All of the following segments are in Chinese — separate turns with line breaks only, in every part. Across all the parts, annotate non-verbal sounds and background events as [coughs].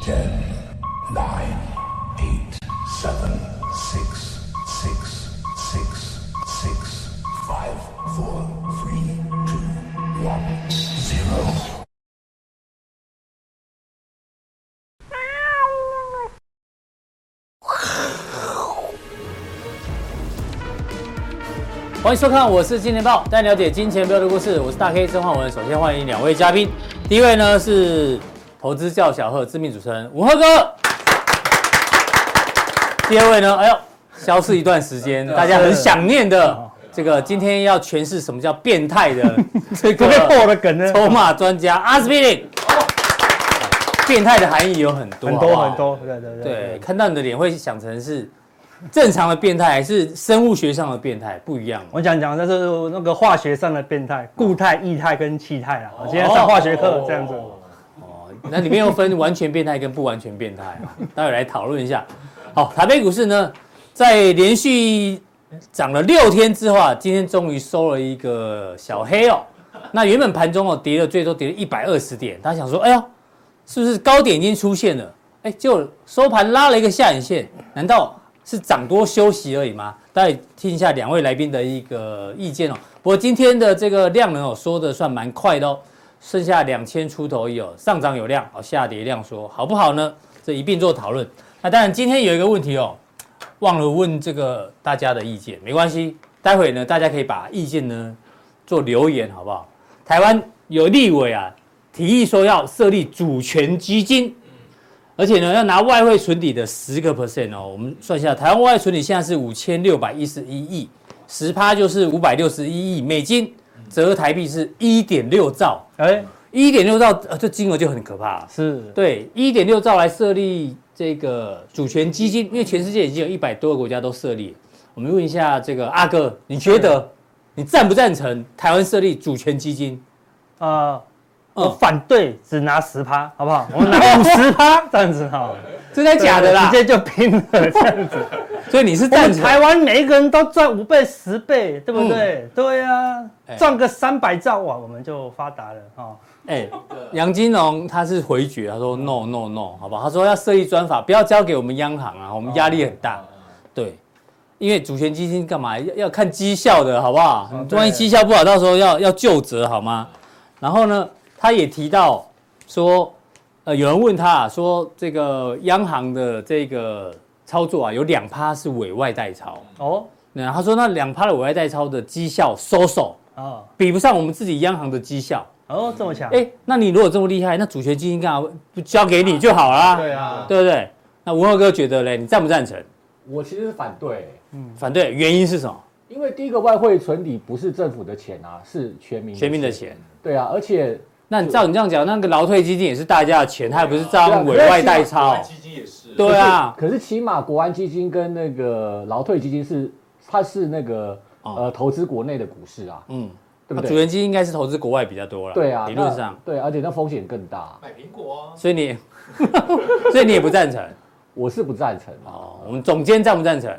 ten, nine, eight, seven, six, six, six, six, five, four, three, two, one, zero.
欢迎收看，我是金钱豹，带你了解金钱豹的故事。我是大 K 曾焕文。首先欢迎两位嘉宾，第一位呢是投资教小贺，知名主持人吴贺哥。第二位呢，哎呦，消失一段时间，
啊
大家很想念的这个，今天要诠释什么叫变态
[laughs]
的这
不会破我
个
的梗呢，
筹码专家阿司匹林。变态的含义有很多，
很
好不
多
好
很。多，对对
对，，看到你的脸会想成是正常的变态，还是生物学上的变态，不一样。
我想讲，这是那个化学上的变态，固态、液态跟气
哦
态啦。我今天上化学课这样子，
那里面又分完全变态跟不完全变态啊， [laughs] 待会来讨论一下。好，台北股市呢，在连续涨了六天之后啊，今天终于收了一个小黑哦。那原本盘中哦跌了最多跌了一百二十点，他想说，哎呦，是不是高点已经出现了？哎，就收盘拉了一个下影线，难道是涨多休息而已吗？大家听一下两位来宾的一个意见哦。不过今天的这个量能哦，说的算蛮快的哦。剩下两千出头有上涨有量，哦，下跌量缩，好不好呢？这一并做讨论。那当然，今天有一个问题哦，忘了问这个大家的意见，没关系，待会呢大家可以把意见呢做留言，好不好？台湾有立委啊提议说要设立主权基金，而且呢要拿外汇存底的十个 percent 哦，我们算一下，台湾外汇存底现在是五千六百一十一亿，十趴就是五百六十一亿美金，折合台币是一点六兆。
哎，
一点六兆，呃，这金额就很可怕了。
是，
对，一点六兆来设立这个主权基金，因为全世界已经有一百多个国家都设立了。我们问一下这个阿哥，你觉得你赞不赞成台湾设立主权基金？
呃，我
嗯，
反对只拿十趴，好
[laughs]
不好？我们拿五十趴这样子哈，
真的 [laughs] 假的啦
直？接就拼了这样
[laughs]
子。
所以你是
我
赞
们
成？
台湾每一个人都赚五倍、十倍，对不对？对呀
嗯哎，
赚个三百兆哇，我们就发达了哈。
哎，杨金龙他是回绝，他
嗯
说 no no no，好吧，他说要设立专法，不要交给我们央行
哦
啊，我们压力很大。对，因为主权基金干嘛要要看绩效的好不好？
哦对
万一绩效不好，到时候要要就责好吗？然后呢，他也提到说，呃，有人问他、啊、说，这个央行的这个操作啊，有两趴是委外代操，
哦，
那他说那两趴的委外代操的绩效收手，
哦，
比不上我们自己央行的绩效。
哦，这么强，
哎，那你如果这么厉害，那主权基金干嘛不交给你就好啦？
对啊，
对不对？那吴浩哥觉得嘞，你赞不赞成？
我其实是反对，
反对，原因是什么？
因为第一个外汇存底不是政府的钱啊，是全民
全民的。钱。
对啊，而且
那你照你这样讲，那个劳退基金也是大家的钱，它也不是
对啊
照委外代操。
基金也是，
对啊，
可是起码国安基金跟那个劳退基金是，它是那个呃投资国内的股市啊，
哦嗯，
对
那
不
主
对？
权基金应该是投资国外比较多了。
对啊，
理论
那
上，
对，而且那风险更大，
买苹果啊
所以你， [laughs] 所以你也不赞成
我是不赞成啊。
哦。我们总监赞不赞成？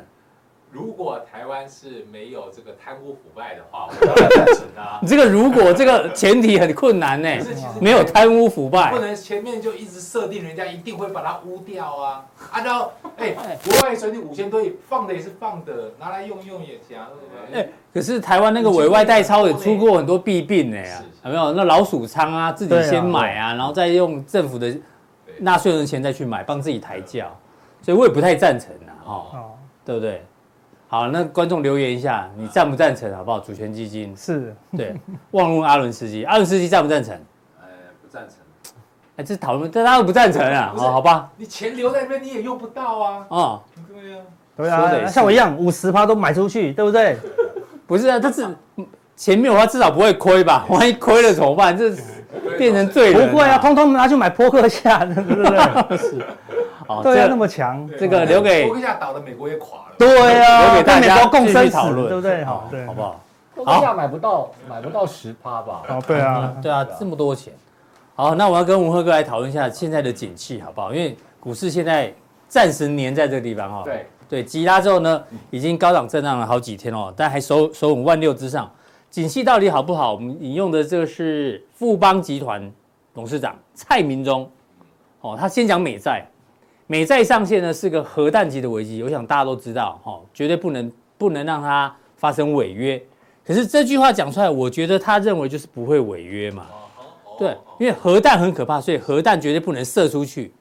如果台湾是没有这个贪污腐败的
[laughs]
话，我当然赞成啊。
你这个如果这个前提很困难呢
可是其实，
没有贪污腐败
不，能前面就一直设定人家一定会把它污掉啊！按照哎，国外存你五千多亿，放的也是放的，拿来用用也行，啊对不对？
哎可是台湾那个委外代操也出过很多弊病呢、啊
是，
有没有？那老鼠仓啊，自己先买啊，然后再用政府的纳税人的钱再去买，帮自己抬轿，所以我也不太赞成啊，哦，
哦，
对不对？好，那观众留言一下，你赞不赞成好不好？主权基金，
是， [laughs]
对，忘了问阿伦斯基，阿伦斯基赞不赞成？
呃，不赞成。
哎，这讨论，大家都不赞成啊，
不是
好好吧，
你钱留在那边你也用不到啊。
哦，
对啊，
对
说得也
啊，
是
像我一样，五十趴都买出去，对不对？
不是啊，这是前面的话至少不会亏吧？万一亏了怎么办？这变成罪人、
不会啊，通通拿去买扑克下，对不对？
哦
对
这
啊，那么强，
这个留给
我跟你讲，倒的美国也垮了。
对啊，
留给大
跟美
家
国共
继续
生
讨
死
论，
对不对？
好
好，，对，
好不？好？
通价买不到，买不到十趴吧？
哦，对啊，
对啊，这么多钱。好，那我要跟文赫哥来讨论一下现在的景气好不好？因为股市现在暂时粘在这个地方哦。
对，
对，急拉之后呢，已经高档震荡了好几天哦，但还守守稳万六之上。景气到底好不好？我们引用的这个是富邦集团董事长蔡明忠，哦，他先讲美债，美债上限呢是个核弹级的危机，我想大家都知道，哦，绝对不能不能让它发生违约。可是这句话讲出来，我觉得他认为就是不会违约嘛，对，因为核弹很可怕，所以核弹绝对不能射出去。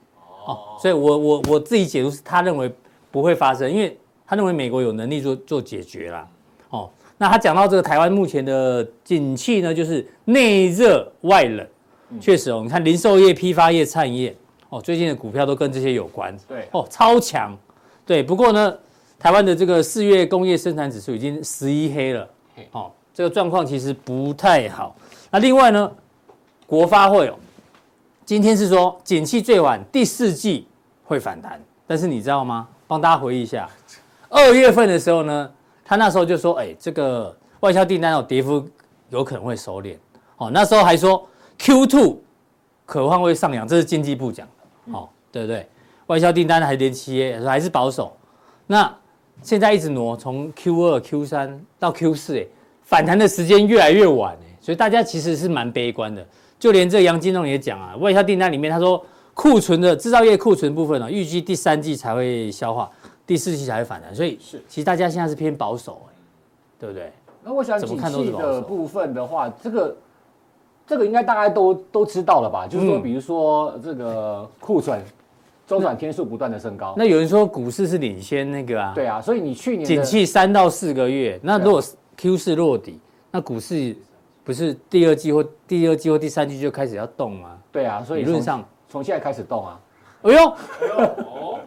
哦，所以我我我自己解读是，他认为不会发生，因为他认为美国有能力做做解决啦。哦，那他讲到这个台湾目前的景气呢，就是内热外冷，确实哦，你看零售业、批发业、餐饮业，哦，最近的股票都跟这些有关。
对
哦，超强。对，不过呢，台湾的这个四月工业生产指数已经十一黑了，哦，这个状况其实不太好。那另外呢，国发会哦，今天是说景气最晚第四季会反弹，但是你知道吗？帮大家回忆一下，二月份的时候呢，他那时候就说，哎，这个外销订单哦，跌幅有可能会收敛。哦，那时候还说 Q2 可望会上扬，这是经济部讲的，哦，对不对？外销订单还连七 A，还是保守。那现在一直挪，从 Q 二、Q 三到 Q 四，哎，反弹的时间越来越晚，哎，所以大家其实是蛮悲观的。就连这杨金龙也讲啊，外销订单里面他说库存的制造业库存部分呢、预计第三季才会消化，第四季才会反弹，所以
是
其实大家现在是偏保守，哎，对不对？
那我想
怎么
景
看都是
气
保守
的部分的话，这个这个应该大概都都知道了吧？就是说，
嗯
比如说这个库存周转天数不断的升高，
那有人说股市是领先那个啊，
对啊，所以你去年的
景气三到四个月，那
对啊
如果 Q 四落底，那股市不是第二季或第二季或第三季就开始要动吗？
对啊，所以
理论
从
上
从现在开始动啊。
哎呦，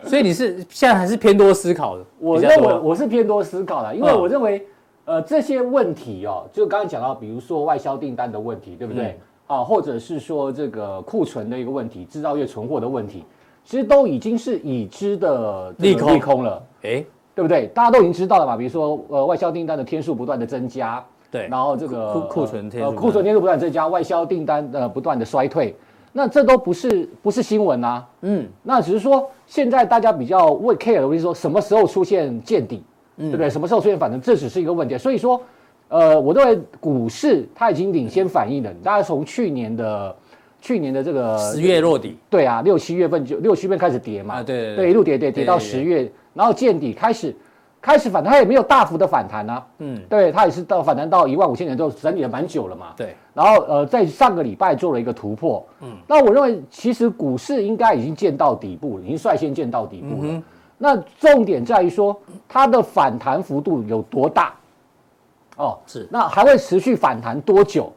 所以你是现在还是偏多思考的，
我
比较
认
多
为我是偏多思考啦，因为
嗯
我认为，呃，这些问题哦，就刚刚讲到，比如说外销订单的问题，对不对？
嗯
啊，或者是说这个库存的一个问题，制造业存货的问题，其实都已经是已知的这
利
个
空
利空了，
哎，
对不对？大家都已经知道了嘛，比如说呃，外销订单的天数不断的增加，
对，
然后这个
库库库存天数
呃库存天数不断增加，外销订单呃不断的衰退，那这都不是不是新闻啊，
嗯，
那只是说现在大家比较为 care 的问题，说什么时候出现见底，
嗯
对不对？什么时候出现反正这只是一个问题。所以说，呃，我认为股市它已经领先反应了。大家从去年的去年的这个
十月落底，
对啊，六七月份就六七月份开始跌嘛，
啊对对对
一路跌跌跌到
对对对
十月，然后见底开始开始反弹，它也没有大幅的反弹啊，
嗯，
对，它也是到反弹到一万五千点之后整理了蛮久了嘛，
对，
然后呃在上个礼拜做了一个突破，嗯，那我认为其实股市应该已经见到底部了，已经率先见到底部了，那重点在于说它的反弹幅度有多大，哦，
是
那还会持续反弹多久？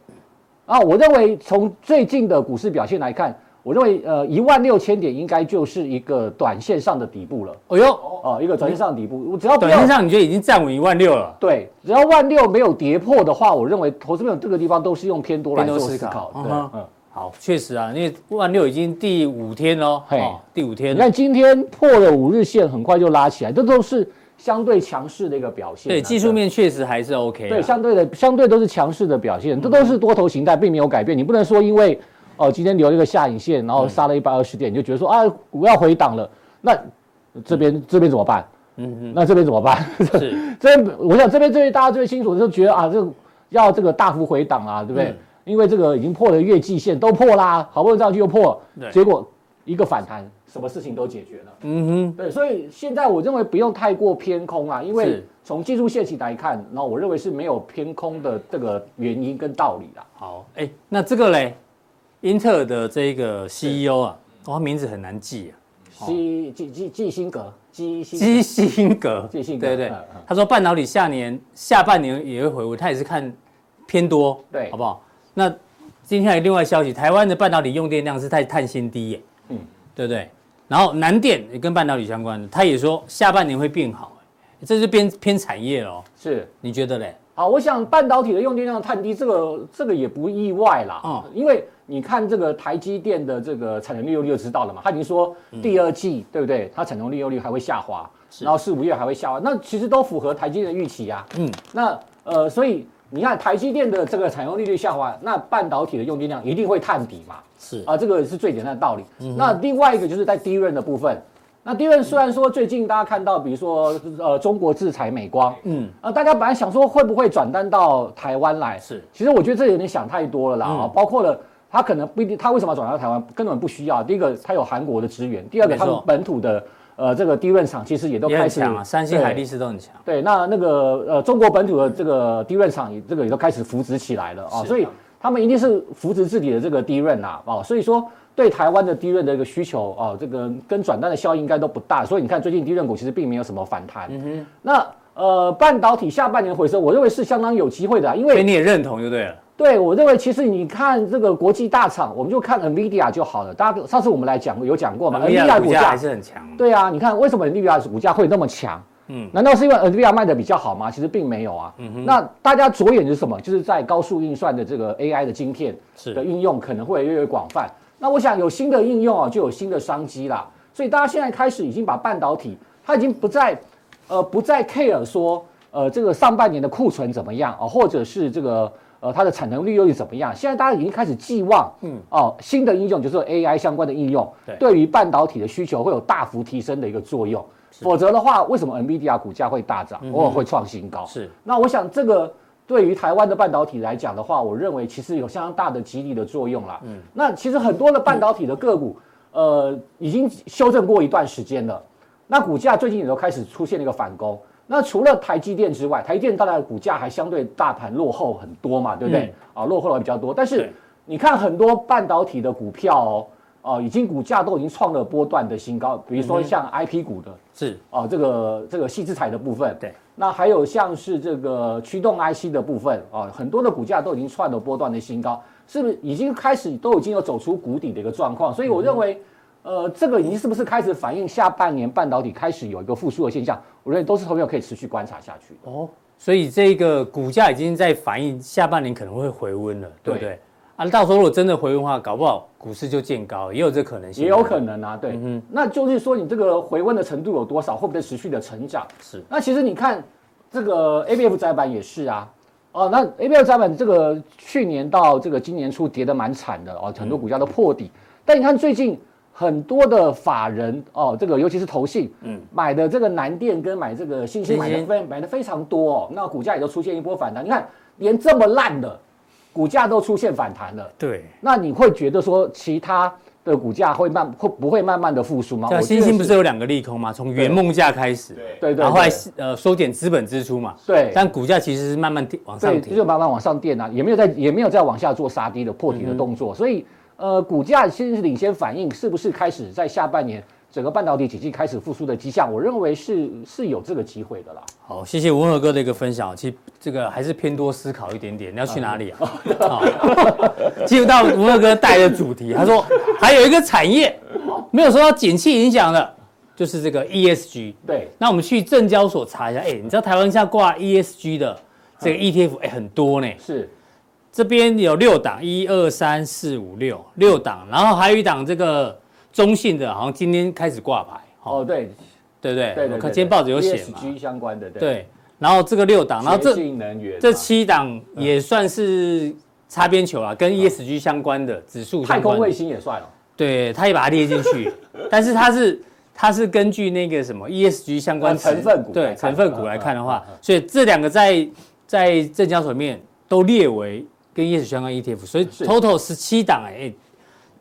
啊，我认为从最近的股市表现来看，我认为呃一万六千点应该就是一个短线上的底部了，
哎呦，
哦、一个短线上的底部，我只要不
短
要
线上你就已经站稳一万六了，
对，只要万六没有跌破的话，我认为投资朋友这个地方都是用偏多来
偏
做
多
思
思考
考，
嗯
对，
哼
嗯。
好，确实啊，因为万六已经第五天喽，
嘿
哦，第五天了，
你看嗯今天破了五日线，很快就拉起来，这都是相对强势的一个表现啊。
对，技术面确实还是 OK，啊
对
啦
相对的相对都是强势的表现，这都是多头形态，并没有改变。你不能说因为哦、今天留了一个下影线，然后杀了一百二十点，你就觉得说啊我要回档了，那这边这边怎么办？嗯嗯，那这边怎么办？
是，
这边我想这边最大家最清楚的就觉得啊，这个要这个大幅回档啊，对不对？
嗯
因为这个已经破了月季线，都破啦，好不容易上去又破
对，
结果一个反弹，什么事情都解决了。
嗯
对，所以现在我认为不用太过偏空啊，因为
是
从技术线型来看，那我认为是没有偏空的这个原因跟道理啦。
哼，好，哎，那这个嘞，英特尔的这个 CEO 啊，哦，他名字很难记啊，
基基基基辛格，基辛
基辛格，
基辛格
对对
嗯嗯，
他说半导体下年下半年也会回温，他也是看偏多，
对
好不好？那今天还有另外消息，台湾的半导体用电量是太碳新低耶，嗯
嗯，
对不对？然后南电也跟半导体相关的，他也说下半年会变好，这是偏偏产业了哦，
是。
你觉得嘞？
好，啊我想半导体的用电量探低，这个这个也不意外啦。
哦
因为你看这个台积电的这个产能利用率就知道了嘛，它已经说第二季、对不对？它产能利用率还会下滑，然后四五月还会下滑，那其实都符合台积电的预期啊。
嗯
嗯，那呃，所以你看台积电的这个产用利率下滑，那半导体的用电量一定会探底嘛。
是嗯
啊，这个是最简单的道理。那另外一个就是在低润的部分，那低润虽然说最近大家看到，比如说呃中国制裁美光，
嗯
嗯，啊大家本来想说会不会转单到台湾来，
是嗯
其实我觉得这有点想太多了啦啊，包括了他可能不一定，他为什么要转到台湾？根本不需要。第一个，他有韩国的资源；第二个，
没错
他们本土的呃这个低润厂其实也都
也
开
很
始
强啊，三星、海
对
力士都很强。
对，那那个呃，中国本土的这个低润厂也这个也都开始扶植起来了啊、
是
所以他们一定是扶植自己的这个低润呐啊、所以说对台湾的低润的一个需求啊、这个跟转单的效应应该都不大，所以你看最近低润股其实并没有什么反弹。
嗯
那呃，半导体下半年回升，我认为是相当有机会的啊、因
所以
为
你也认同就对了。
对我认为其实你看这个国际大厂，我们就看 NVIDIA 就好了。大家上次我们来讲有讲过嘛
NVIDIA 的
股
股价
价
还是很强。
对啊，你看为什么 NVIDIA 股价会那么强？嗯，难道是因为 NVIDIA 卖的比较好吗？其实并没有啊。嗯那大家着眼的是什么？就是在高速运算的这个 AI 的晶片
是
的运用可能会越来越广泛。那我想有新的应用啊，就有新的商机啦。所以大家现在开始已经把半导体，它已经不再呃不再 care 说呃这个上半年的库存怎么样啊、或者是这个呃它的产能利用率怎么样？现在大家已经开始寄望，嗯哦、新的应用就是 AI 相关的应用，
对
对于半导体的需求会有大幅提升的一个作用。否则的话，为什么 NVIDIA 股价会大涨，偶尔会创新高？
嗯是
那我想这个对于台湾的半导体来讲的话，我认为其实有相当大的激励的作用啦。嗯，那其实很多的半导体的个股，呃，已经修正过一段时间了，那股价最近也都开始出现了一个反攻。那除了台积电之外，台积电当然股价还相对大盘落后很多嘛，对不对？啊，落后了比较多。但
嗯对
是你看很多半导体的股票哦，哦，已经股价都已经创了波段的新高，比如
嗯
说像 IP 股的，
是
哦，这个这个细制材的部分，
对，
那还有像是这个驱动 IC 的部分啊、哦，很多的股价都已经创了波段的新高，是不是已经开始都已经有走出谷底的一个状况？所以我认为，呃，这个已经是不是开始反映下半年半导体开始有一个复苏的现象？我认为都是投资者可以持续观察下去的。
哦，所以这个股价已经在反映下半年可能会回温了，对不
对
对？啊，到时候如果真的回温的话，搞不好股市就见高，也有这可能性。
也有可能啊，对，
嗯
那就是说你这个回温的程度有多少，会不会持续的成长？
是
那其实你看这个 A B F 窄板也是啊，哦，那 A B F 窄板这个去年到这个今年初跌得蛮惨的哦，很多股价都破底，
嗯
但你看最近。很多的法人哦，这个尤其是投信，嗯，买的这个南电跟买这个信心
信
买的
心
非买的非常多哦，那股价也都出现一波反弹。你看，连这么烂的股价都出现反弹了，
对。
那你会觉得说其他的股价会慢会不会慢慢的复苏吗？
像
啊我觉
啊
得
星星不是有两个利空吗？从圆梦价开始，
对
对
对
然后后来
对
呃缩减资本支出嘛，
对
但股价其实是慢慢跌往上
对，
提，
就慢慢往上垫啊，也没有在也没有在往下做杀低的破
嗯
底的动作，所以呃，股价先是领先反应，是不是开始在下半年整个半导体景气开始复苏的迹象？我认为是是有这个机会的啦。
好，谢谢文和哥的一个分享。其实这个还是偏多思考一点点。你要去哪里啊？
嗯
好， [laughs] 进入到文和哥带的主题，他说还有一个产业没有受到景气影响的，就是这个 ESG。
对，
那我们去证交所查一下，哎，你知道台湾现在挂 ESG 的这
嗯
个 ETF 哎很多呢，
是
这边有六档，一二三四五六六档，然后还有一档这个中信的，好像今天开始挂牌，哦，
哦，对
对不对？
对对，
哎我
对，E
看今天报纸有写嘛，
，ESG 相关的，对，
对，然后这个六档，然后这
洁净能源
这
嘛
七档也算是擦边球啊，跟 ESG 相关的指数
嗯太
相
空
关
卫
的，
星也算了，
对，他也把它列进去，但是它是它是根据那个什么 ESG 相关
呃
指
成分股来
对
看嗯
成分股来看的话，所以这两个在在证交所里面都列为跟 ESG 相关 ETF，所以 total 十七档哎、哎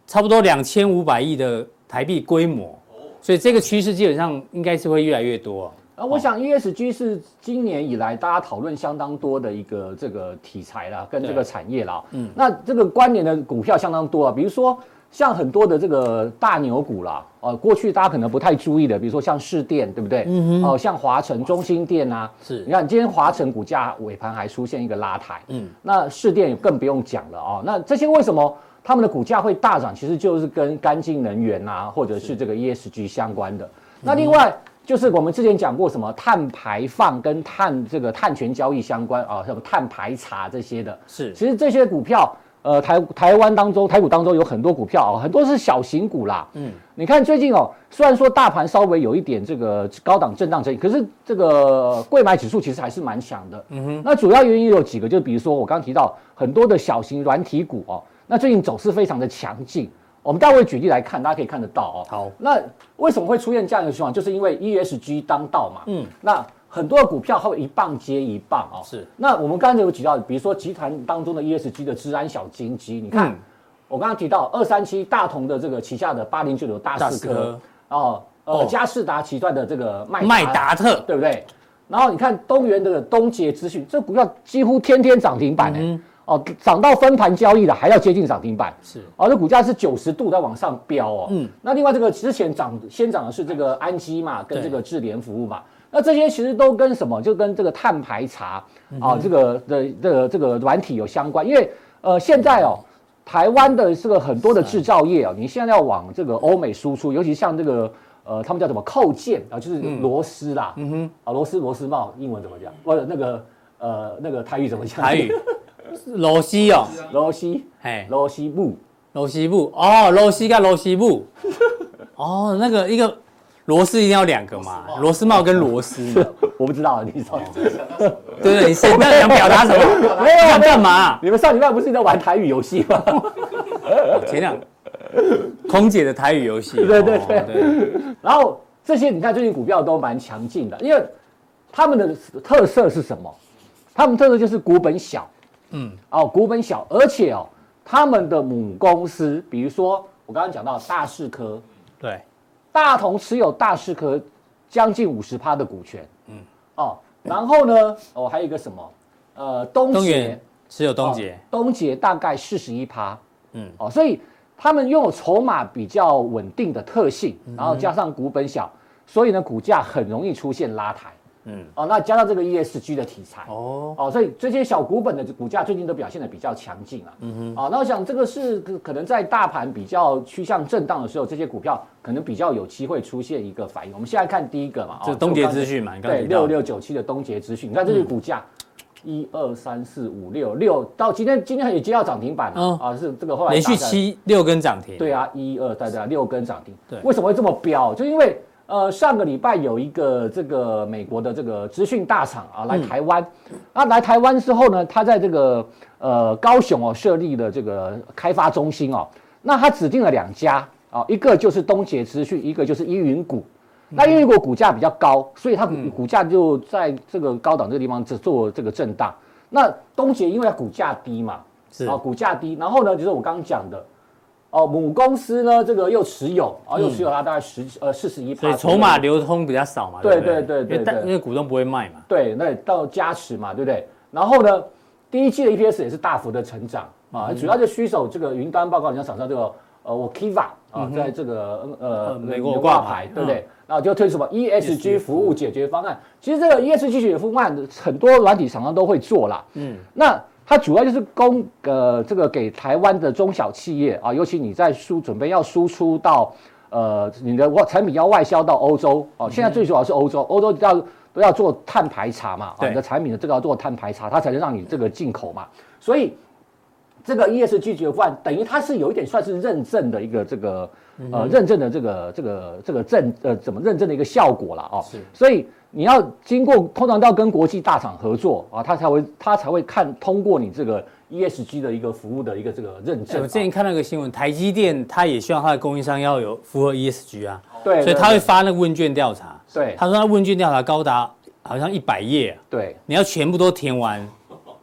差不多两千五百亿的台币规模，所以这个趋势基本上应该是会越来越多、哦。
啊，我想 ESG 是今年以来大家讨论相当多的一个这个题材啦，跟这
对
个产业啦。嗯，那这个关联的股票相当多啊，比如说像很多的这个大牛股啦，呃，过去大家可能不太注意的，比如说像市电，对不对？嗯哦、像华晨、中兴电啊，
是
你看今天华晨股价尾盘还出现一个拉抬，嗯，那市电更不用讲了哦。那这些为什么？他们的股价会大涨，其实就是跟干净能源啊，或者是这个嗯 ESG 相关的。那另外就是我们之前讲过什么碳排放跟碳这个碳权交易相关啊，什么碳排查这些的。
是
其实这些股票，呃，台台湾当中台股当中有很多股票啊、很多是小型股啦。嗯，你看最近哦，虽然说大盘稍微有一点这个高档震荡整理，可是这个贵买指数其实还是蛮强的。嗯哼，那主要原因有几个，就比如说我刚刚提到很多的小型软体股哦，那最近走势非常的强劲。我们大会举例来看，大家可以看得到哦。
好
那为什么会出现这样的情况？就是因为 ESG 当道嘛。嗯，那很多的股票它会一棒接一棒哦。
是。
E 那我们刚才有提到，比如说集团当中的 ESG 的治安小金鸡，你看、
嗯
我刚刚提到二三七大同的这个旗下的八零九九大
大
四
四
科
科，
哦，
哦
呃，佳士达旗下的这个麦
麦达特，
对不对？然后你看东元的东杰资讯，这股票几乎天天涨停板哎、
嗯
哦，涨到分盘交易了，还要接近涨停板。
是
哦，这股价是九十度在往上飙哦。
嗯
嗯，那另外这个之前涨先涨的是这个安基嘛，跟
对
这个智联服务嘛。那这些其实都跟什么？就跟这个碳排查
嗯
啊，这个的这个这个软体有相关，因为呃现在哦。台湾的这个很多的制造业啊，你现在要往这个欧美输出，尤其像这个呃，他们叫什么扣件啊，就是螺丝啦，嗯哼，啊螺丝螺丝帽，英文怎么讲？不是那个呃那个台语怎么讲？
台语，罗西哦，
螺丝
哎，
螺丝布，
罗西布哦，罗西跟罗西
[laughs]
布，哦，那个一个螺丝一定要两个嘛，螺丝帽跟螺丝
[laughs]
嘛，
我不知道，你知
哦
道？
对不对？你现在想表达什
[laughs]
么？没有干嘛？
你们上礼拜不是在玩台语游戏吗？
前两哦空姐的台语游戏，
[laughs] 对对对
哦对，
然后这些你看最近股票都蛮强劲的，因为他们的特色是什么？他们特色就是股本小，嗯，哦，股本小，而且哦，他们的母公司，比如说我刚刚讲到大士科，
对，
大同持有大士科将近五十趴的股权，嗯，哦，然后呢，哦，还有一个什么，呃，东
东
协
元持有东杰
哦，东杰大概四十一趴，
嗯
嗯，哦，所以他们拥有筹码比较稳定的特性，然后加上股本小，所以呢，股价很容易出现拉抬，
嗯
嗯，哦，那加上这个 ESG 的题材，哦。
哦，
所以这些小股本的股价最近都表现的比较强劲啊。嗯哼。啊，那我想这个是可可能在大盘比较趋向震荡的时候，这些股票可能比较有机会出现一个反应。我们现在看第一个嘛，
这
哦
东杰
就我刚
资讯嘛你刚
对，
提到
六
的嗯
六九七的东杰资讯，你看这是股价，一二三四五六六，到今天今天也接到涨停板了、
哦
啊，是这个后来
连续
打下来
七六根涨停，
对啊，一二对对啊，六根涨停。
对
为什么会这么飙？就因为呃上个礼拜有一个这个美国的这个资讯大厂啊
嗯
来台湾，那、来台湾之后呢，他在这个呃高雄哦设立了这个开发中心哦，那他指定了两家啊，一个就是东杰资讯，一个就是依云股。
嗯
那因为果股价比较高，所以它股股价就在这个高档这个地方只做这个震荡。那东杰因为它股价低嘛，
是
啊，股价低，然后呢，就是我刚刚讲的，哦，母公司呢，这个又持有，啊，又持有它大概十、呃四十一，
嗯所以筹码流通比较少嘛，
对
不对
对对对
因为但
对
因为股东不会卖嘛，
对，那到加持嘛，对不对？然后呢，第一季的 EPS 也是大幅的成长啊，
嗯
主要就需手这个云端报告你要厂商这个呃 Workiva 啊，在这个
嗯
呃
呃美国挂
挂
牌
牌，对
嗯
不对？然后就推出什么
ESG
ESG 服务解决方案，其实这个 ESG 解决方案很多软体厂商都会做啦，
嗯，
那它主要就是供呃这个给台湾的中小企业啊，尤其你在输准备要输出到呃你的外产品要外销到欧洲
嗯
哦、现在最主要是欧洲，欧洲要都要做碳排查嘛，啊、
对
你的产品的这个要做碳排查，它才能让你这个进口嘛，所以。这个 ESG 解决方案等于它是有一点算是认证的一个这个呃认证的这个这个这个证呃怎么认证的一个效果啦哦，所以你要经过通常都要跟国际大厂合作啊，它才会它才会看通过你这个 ESG 的一个服务的一个这个认
哎
证
我
啊，
之前看到一个新闻，台积电它也希望它的供应商要有符合 ESG 啊，
对，
所以
对
他会发那个问卷调查，
对
他说他问卷调查高达好像一百页啊，
对
你要全部都填完，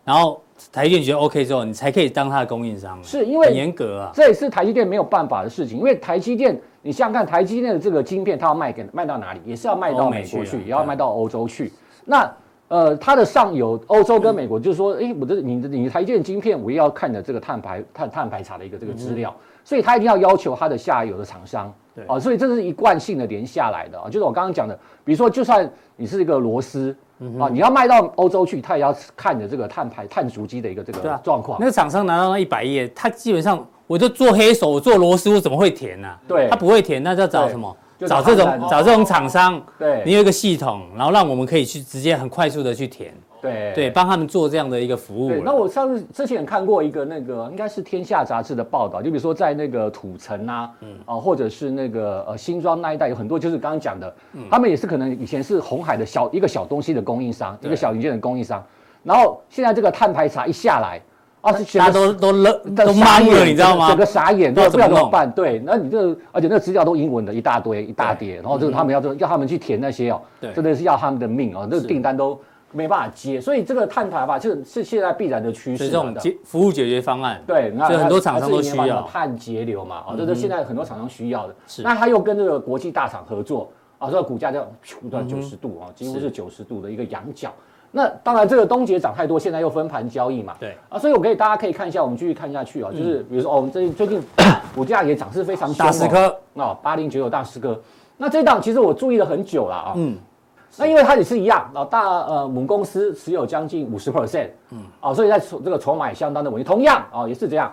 然后台积电觉得 OK 之后，你才可以当它的供应商啊。
是因为
很严格啊，
这也是台积电没有办法的事情，因为台积电，你想想看，台积电的这个晶片，它要卖给卖到哪里，也是要卖
欧
到
美
美国
去啊
去，
对
也要卖到欧洲去。那呃，它的上游欧洲跟美国，就是说，诶，我的你的你台积电晶片，我也要看你的这个碳排碳碳排查的一个这个资料，所以它一定要要求它的下游的厂商。
嗯对
哦，所以这是一贯性的连下来的啊、就是我刚刚讲的，比如说，就算你是一个螺丝。
嗯
啊，你要卖到欧洲去，它也要看你的这个碳排、碳足迹的一个这
对
个
啊
状况。
那个厂商拿到那一百页，他基本上我就做黑手，我做螺丝，我怎么会填呢、啊？
对
他不会填，那就要找
对
什么？
就
找
找
这种
厂商
找这种厂商，
对
你有一个系统，然后让我们可以去直接很快速的去填，
对
对，帮他们做这样的一个服务啊了。
对，那我上次之前看过一个那个应该是《天下》杂志的报道，就比如说在那个土城啊，嗯啊、或者是那个呃新庄那一带，有很多就是刚刚讲的，
嗯
他们也是可能以前是红海的小一个小东西的供应商，一个小零件的供应商，然后现在这个碳排查一下来，啊，是
大家都都愣都
傻
懵了，
眼
你知道吗
整？个傻眼，对，
不
不
知
知
道怎么
道怎么
弄
办。对，那你这而且那个资料都英文的一大堆一大叠，然后这个他们要要他们去填那些哦
嗯对，
真的是要他们的命哦，那个订单都没办法接，所以这个碳排吧，是是现在必然的趋
所以
势
这
嘛
种
的。
解服务解决方案，
对，那
所以很多
它
厂商都
它自己研发
需要嗯
的碳节流嘛，哦，这都现在很多厂商需要的。
是嗯
那它又跟这个国际大厂合作，啊，这个股价就噗到九十度啊，几乎是九十度的一个仰角。那当然，这个东杰涨太多，现在又分盘交易嘛。
对
啊，所以我给大家可以看一下，我们继续看下去啊、就是比如说哦，我们最近最近股价也涨势非常凶、哦，
大师科
哦，八零九九大师哥。那这档其实我注意了很久了啊、
嗯
嗯，那因为它也是一样，老大呃母公司持有将近五十 percent，嗯，哦，所以在筹这个筹码也相当的稳定。同样哦，也是这样，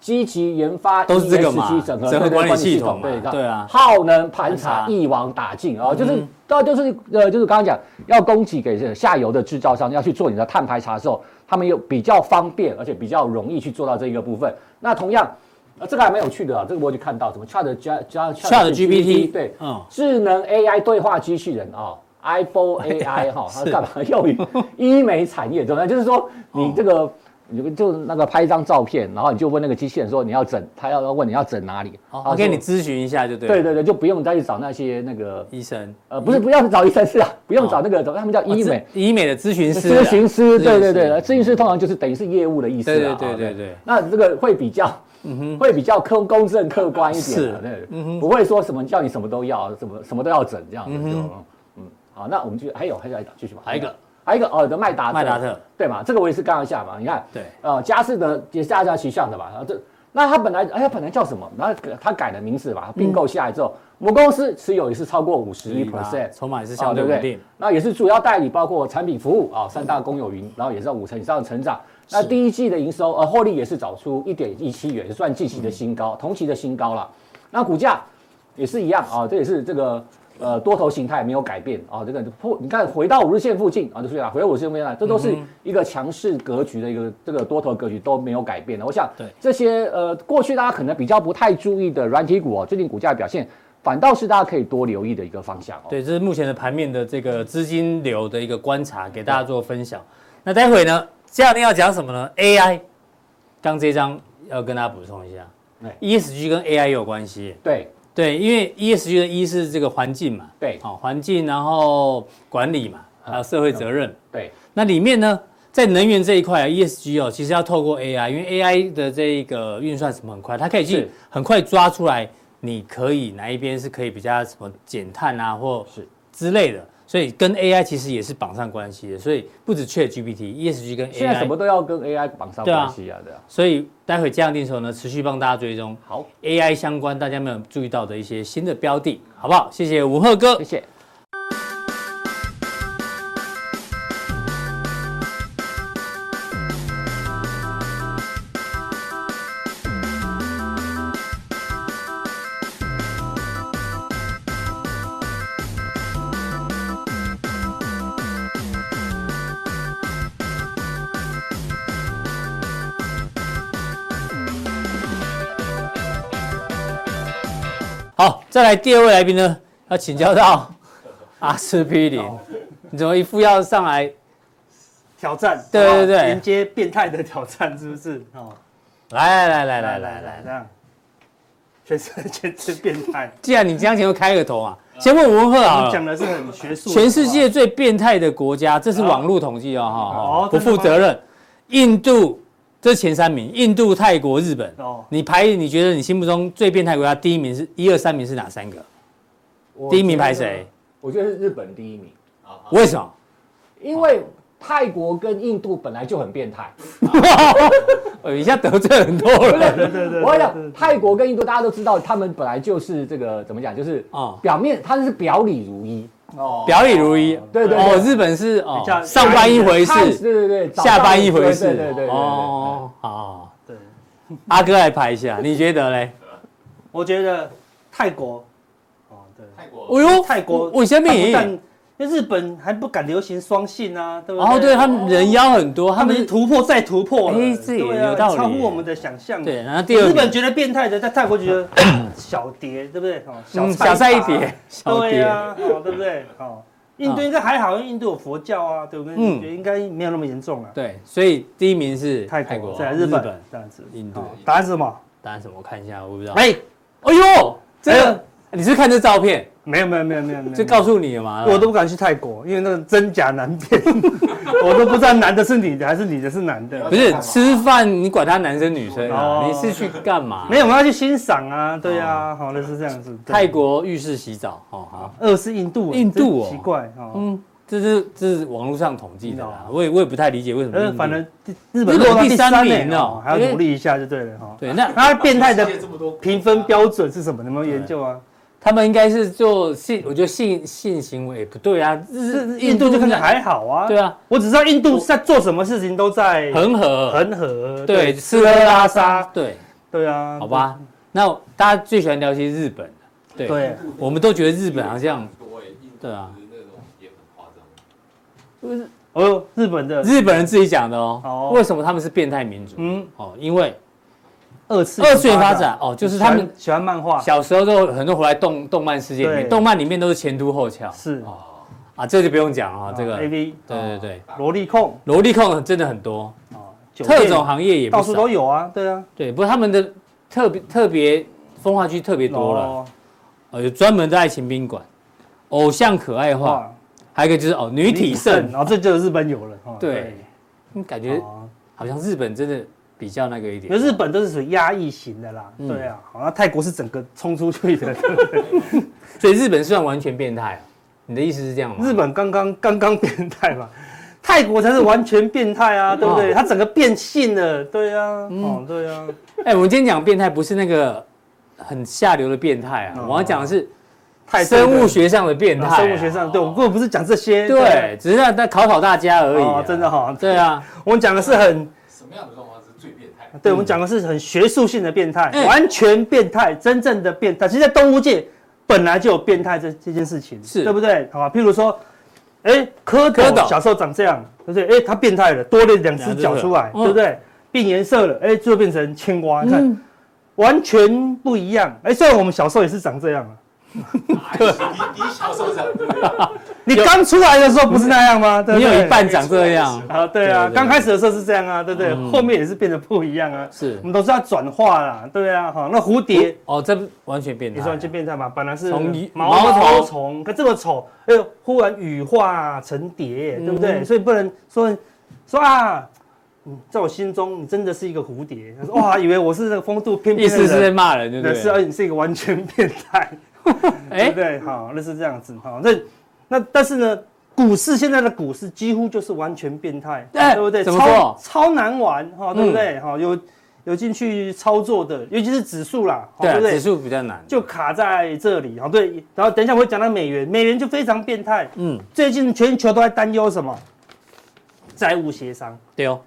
积极研发
都是这个嘛
ESG 整合
整合
对对
管理系统嘛
对
对啊
耗能盘
盘查嗯
查一网打尽啊、哦，就是到就是呃就是刚刚讲要供给给这下游的制造商要去做你的碳排查的时候，他们又比较方便，而且比较容易去做到这个部分。那同样。呃，这个还蛮有趣的啊，这个我就看到什么 Chat G Chat
Chat GPT
对，
嗯
智能 AI 对话机器人啊、i b
[laughs]
o AI 哈、它
是
是干嘛 [laughs] 用于医美产业？怎么样？就是说
哦
你这个。你就就那个拍一张照片，然后你就问那个机器人说你要整，他要要问你要整哪里，
好，
他
我给哦
说
你咨询一下就对了。
对对对，就不用再去找那些那个
医生，
呃，不是不要找医生是啊，不用找那个，他们叫医美
哦哦咨医美的咨询师啊，
啊咨询师，对对
咨
对，
询师
咨询师通常就是等于是业务的意思
对
啊，
对对
啊
对对
那这个会比较，会比较客公正客观一点啊，
是嗯
对，不会说什么叫你什么都要，什么什么都要整这样子就，嗯，好，那我们就还有还有还有继续吧，
还有一个。
还有一个哦，的麦达特
麦达特，
对嘛？这个我也是刚刚下嘛，你看，
对
呃，嘉士的也是大家旗下的嘛，然后啊这那它本来哎，它本来叫什么？然后它改了名字嘛，并购下来之后，
嗯
母公司持有也是超过五十一 percent，
筹码也是
啊，
相哦对
不
稳定。
那也是主要代理，包括产品服务啊、三大公有云，然后也是五成以上的成长。那第一季的营收呃获利也是找出一点一七元，也算近期的新
嗯
高，同期的新高了。那股价也是一样啊、这也是这个呃多头形态没有改变啊、这个破你看回到五日线附近啊，就是啊回到五日线附近啊，这都是
嗯
一个强势格局的一个这个多头格局都没有改变的。我想
对
这些呃过去大家可能比较不太注意的软体股哦，最近股价的表现反倒是大家可以多留意的一个方向哦。
对，这是目前的盘面的这个资金流的一个观察，给大家做分享。那待会呢，教练要讲什么呢？AI，刚这一章要跟大家补充一下
对
，ESG 跟 AI 有关系。
对
对，因为 ESG 的 E 是这个环境嘛，
对啊
好、环境，然后管理嘛，还有社会责任。
对。
那里面呢，在能源这一块啊，ESG 哦，其实要透过 AI，因为 AI 的这个运算什么很快，它可以去
是
很快抓出来，你可以哪一边是可以比较什么减碳啊，或
是
之类的，所以跟 AI 其实也是绑上关系的。所以不止 ChatGPT，ESG 跟 AI，
现在什么都要跟 AI 绑上
对啊
关系啊，对啊。
所以待会降定的时候呢，持续帮大家追踪
好，
AI 相关大家没有注意到的一些新的标的，好不好？谢谢吴赫哥
谢。谢。
好，再来第二位来宾呢，要请教到阿司匹林，你怎么一副要上来？
挑战，
对对
好不好
对
迎接变态的挑战是不是？哦，
来来来来来来
这，样，全身全身变态。
既然你这样，前就开个头啊，先问吴文赫
我
好
们讲
了。
的是很学术的，
全世界
好
最变态的国家，这是网络统计哦，哈、
哦
不负责任。印度这前三名，印度、泰国、日本。
哦
你排，你觉得你心目中最变态国家第一名是一二三名是哪三个？第一名排谁？？
我觉得是日本第一名，
为什么？
因为泰国跟印度本来就很变态。
我哦一下得罪很多人。
不好，对对对，
我
对对
跟你讲，
对
泰国跟印度大家都知道，他们本来就是这个怎么讲，就是
哦
表面他是表里如一，
哦，
表里如一。
对对
哦
对，
日本是哦
比较
上班一回
泰
事，
对对对，早上
下班一回事。
对对对对对对。
哦，好好，好
对，
阿哥来排一下，你觉得嘞？
我觉得泰国，哦对，
泰国
哎呦，
泰国
为什么？
它不但因为日本还不敢流行双性啊，对不对？
哦，对他们人妖很多，
他
他
们是
们
突破再突破了，
哎这也
对啊
有道理
超乎我们的想象。
对，然后第二
日本
名
觉得变态的，在泰国觉得 [coughs] 小碟，对不对？哦，
嗯
菜
小菜一碟
啊，
小碟
对啊，哦，对不对？哦，印度应该还好，因为印度有佛教啊，对不对？
嗯
嗯，应该没有那么严重了。
对，所以第一名是
泰国，在日本这样子，
印度
哦答案是什么？
答案什么？我看一下，我不知道。
哎，
哎呦，这
哎
个
呦
你是看这照片
没有没有没有没有没有，
就告诉你了嘛？
嗯我都不敢去泰国，因为那个真假难
[laughs]
辨，我都不知道男的是女的还是女的是男的。
不是吃饭，你管他男生女生啊？
哦
你是去干嘛？
没有，我们要去欣赏啊，对啊，好类似这样子。对
哦泰，国浴室洗澡，哦好，
二是印度，欸
印度哦
真奇怪哦。
嗯，这是这是网络上统计的啦
嗯，
我也我也不太理解为什么
呃
印，度。
反正日
本
本落到第
第三
三
名
名
哦
哦，还
因为
要努力一下就对了哈。
对，那
他变态的
世界这么多国家
评分标准是什么？你们有研究啊？
他们应该是做性，我觉得性性行为也不对啊，日
是印度就看起来
那
还好啊。
对啊，
我只知道印度在做什么事情都在
恒河，
恒河，
对，吃
吃
喝
喝
拉
拉
撒
撒，，
对，
对啊，
好吧，那大家最喜欢聊些日本的，对，
对，
我们都觉得日本好像
多哎，印度
对啊
就是那种也很夸张，
哦，日本的
日本人自己讲的哦
哦，
为什么他们是变态民族？
嗯
哦，因为
二次
二次元发展哦，就是他
喜
们
欢喜欢漫画，
小时候都有很多活在动动漫世界里面，
对
动漫里面都是前凸后翘
是
啊，这就不用讲了啊，这个
哦
对
A V
对对，
萝莉控
萝莉控真的很多，
啊，酒店
特种行业也不
到处
少
都。有啊，对啊，
对，不过他们的特别特别风化区特别多了，
哦，
呃，有专门的爱情宾馆，偶像可爱化，
哇，
还有一个就是哦女体盛，
然后这就是日本有了，哦
对，嗯感觉
哦
好像日本真的比较那个一
因为
点。
日本都是属于压抑型的啦，
嗯
对啊，好，那泰国是整个冲出去的， [laughs]
所以日本算完全变态、啊，你的意思是这样吗？
日本刚刚刚刚变态嘛，泰国才是完全变态啊，对不对？
哦嗯
他整个变性了，对啊，哦，对啊，
哎、我们今天讲变态不是那个很下流的变态啊，
哦
我要讲的是
太哦
生物学上的变态啊、
生物学上，对我根本不是讲这些，
对，只是在在考考大家而已啊、
哦真的哈
对
[laughs]
啊，
我们讲的是很，
什么样的状况是最变态？
嗯
对我们讲的是很学术性的变态，
哎
完全变态，真正的变态。其实，在动物界本来就有变态这这件事情，
是
对不对？好吧，譬如说，哎，蝌
蝌蚪
蚪小时候长这样，对不对？哎，它变态了，多了两只
两
脚
只
出来，
嗯
对不对？变颜色了，哎，最后变成青蛙，你看完全不一样。哎，虽然我们小时候也是长这样啊，
你你小时候长对不对？
你刚出来的时候不是那样吗？对
嗯
不
你
对
有一半长这样，
啊，对
对
啊，
对
刚开始的时候是这样啊，对不对？
嗯
后面也是变得不一样啊。
是
我们都是要转化啦，对啊，哈，那蝴蝶
哦，这不完全变态
也
啊，
算就变态嘛，本来是
从一
毛
毛
毛
头
虫，可这么丑，哎呦，忽然羽化成蝶，对不对？
嗯
所以不能说说啊，嗯，在我心中你真的是一个蝴蝶，他说哇，以为我是那个风度翩
意
翩的
思是在
人，
骂人，对不
对，
对？
是啊，你是一个完全变态，对
哎
不，对？好，那是这样子，好，那那但是呢，股市现在的股市几乎就是完全变态，
哎
对不对？
怎么
超
说嗯
超难玩哈，对不对？哈，有有进去操作的，尤其是指数啦，哈
对啊，
不对
指？数比较难，
就卡在这里好，对，然后等一下我会讲到美元，美元就非常变态。
嗯，
最近全球都在担忧什么？债务协商，
对哦，